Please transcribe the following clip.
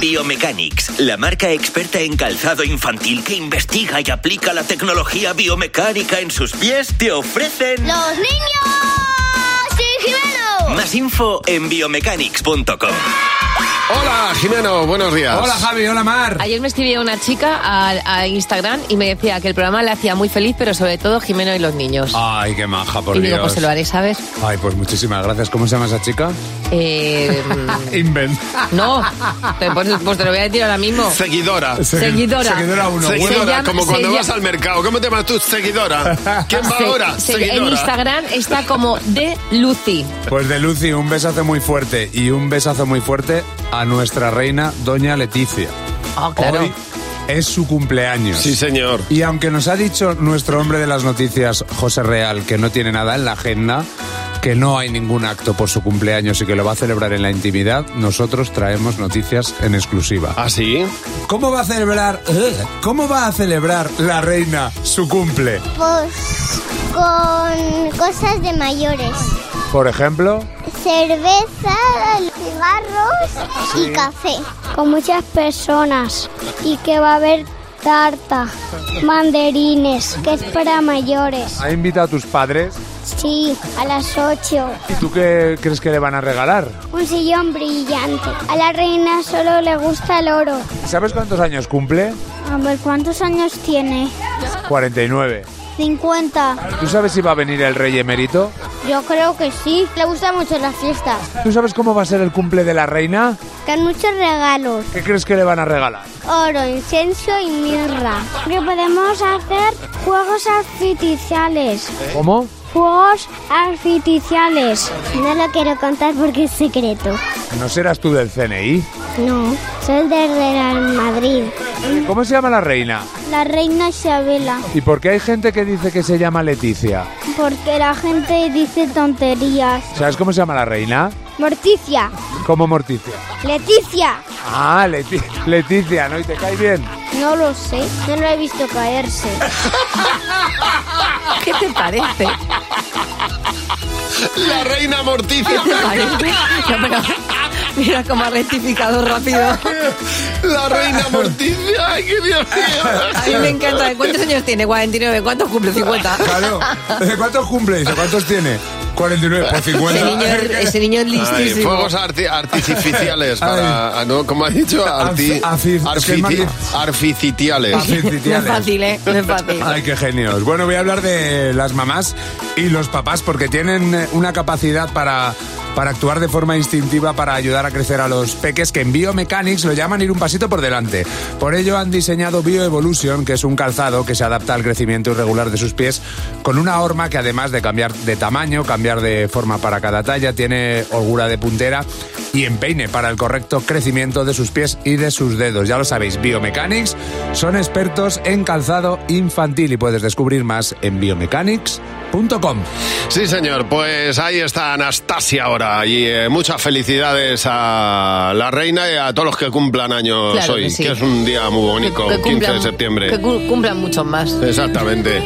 Biomechanics, la marca experta en calzado infantil que investiga y aplica la tecnología biomecánica en sus pies, te ofrecen... ¡Los niños! ¡Sí, Más info en biomechanics.com. Hola, Jimeno, buenos días. Hola, Javi, hola, Mar. Ayer me escribió una chica a, a Instagram y me decía que el programa le hacía muy feliz, pero sobre todo Jimeno y los niños. Ay, qué maja, Ah, por y Dios. digo, pues se lo haré saber. Ay, pues muchísimas gracias. ¿Cómo se llama esa chica? Eh, Invent. no, te- pues, pues te lo voy a decir ahora mismo. Seguidora. Seguidora. Seguidora uno. Se Seguidora, llama- como se cuando llama- vas al mercado. ¿Cómo te llamas tú? Seguidora. ¿Quién va Se- ahora? se- en Seguidora. Instagram está como de Lucy. Pues de Lucy, un besazo muy fuerte y un besazo muy fuerte a nuestra reina, Doña Leticia. Ah, claro. Hoy es su cumpleaños. Sí, señor. Y aunque nos ha dicho nuestro hombre de las noticias, José Real, que no tiene nada en la agenda, que no hay ningún acto por su cumpleaños y que lo va a celebrar en la intimidad, nosotros traemos noticias en exclusiva. ¿Ah, sí? ¿Cómo va a celebrar, eh, cómo va a celebrar la reina su cumple? Pues con cosas de mayores. Por ejemplo, Cerveza, cigarros y café. con muchas personas y que va a haber tarta, mandarines, que es para mayores. ha invitado a tus padres. Sí, a las 8. ¿Y tú qué crees que le van a regalar? Un sillón brillante. A la reina solo le gusta el oro. ¿Sabes cuántos años cumple? A ver, ¿cuántos años tiene? 49. 50. ¿Tú sabes si va a venir el rey emérito? Yo creo que sí. Le gustan mucho las fiestas. ¿Tú sabes cómo va a ser el cumple de la reina? Con muchos regalos. ¿Qué crees que le van a regalar? Oro, incienso y mirra. Que podemos hacer juegos artificiales. ¿Cómo? Juegos artificiales. No lo quiero contar porque es secreto. ¿No serás tú del CNI? No, soy de Real Madrid. ¿Cómo se llama la reina? La reina Isabela. ¿Y por qué hay gente que dice que se llama Leticia? Porque la gente dice tonterías. ¿Sabes cómo se llama la reina? Morticia. Como Morticia. Leticia. Ah, Leti- Leticia, ¿no? ¿Y te cae bien? No lo sé. No lo he visto caerse. ¿Qué te parece? La reina ¿Qué Morticia. te parece? No, pero mira cómo ha rectificado rápido. La reina Morticia. Ay, qué Dios A mí mío. me encanta. ¿De ¿Cuántos años tiene? 49. ¿Cuántos cumple? 50. Claro. ¿De cuántos cumple? ¿De cuántos tiene? 49, por Ese niño, es- ese niño es Ay, listísimo. fuegos arti- artificiales para, ah, ¿no? como ha dicho, arti- Arfi- arfi- es que es arfici- más arficitiales. no es fácil, ¿eh? No es fácil. Ay, qué genios. Bueno, voy a hablar de las mamás y los papás porque tienen eh, una capacidad para, para actuar de forma instintiva para ayudar a crecer a los peques que en Biomechanics lo llaman ir un pasito por delante. Por ello han diseñado Bioevolution, que es un calzado que se adapta al crecimiento irregular de sus pies con una horma que además de cambiar de tamaño, cambiar de forma para cada talla, tiene holgura de puntera y empeine para el correcto crecimiento de sus pies y de sus dedos. Ya lo sabéis, Biomechanics son expertos en calzado infantil y puedes descubrir más en biomechanics.com. Sí, señor, pues ahí está Anastasia ahora. Y eh, muchas felicidades a la reina y a todos los que cumplan años Claro hoy, que que, sí. es un día muy bonito, Que- que 15 de cumplan- septiembre. Que cu- cumplan muchos más. Exactamente.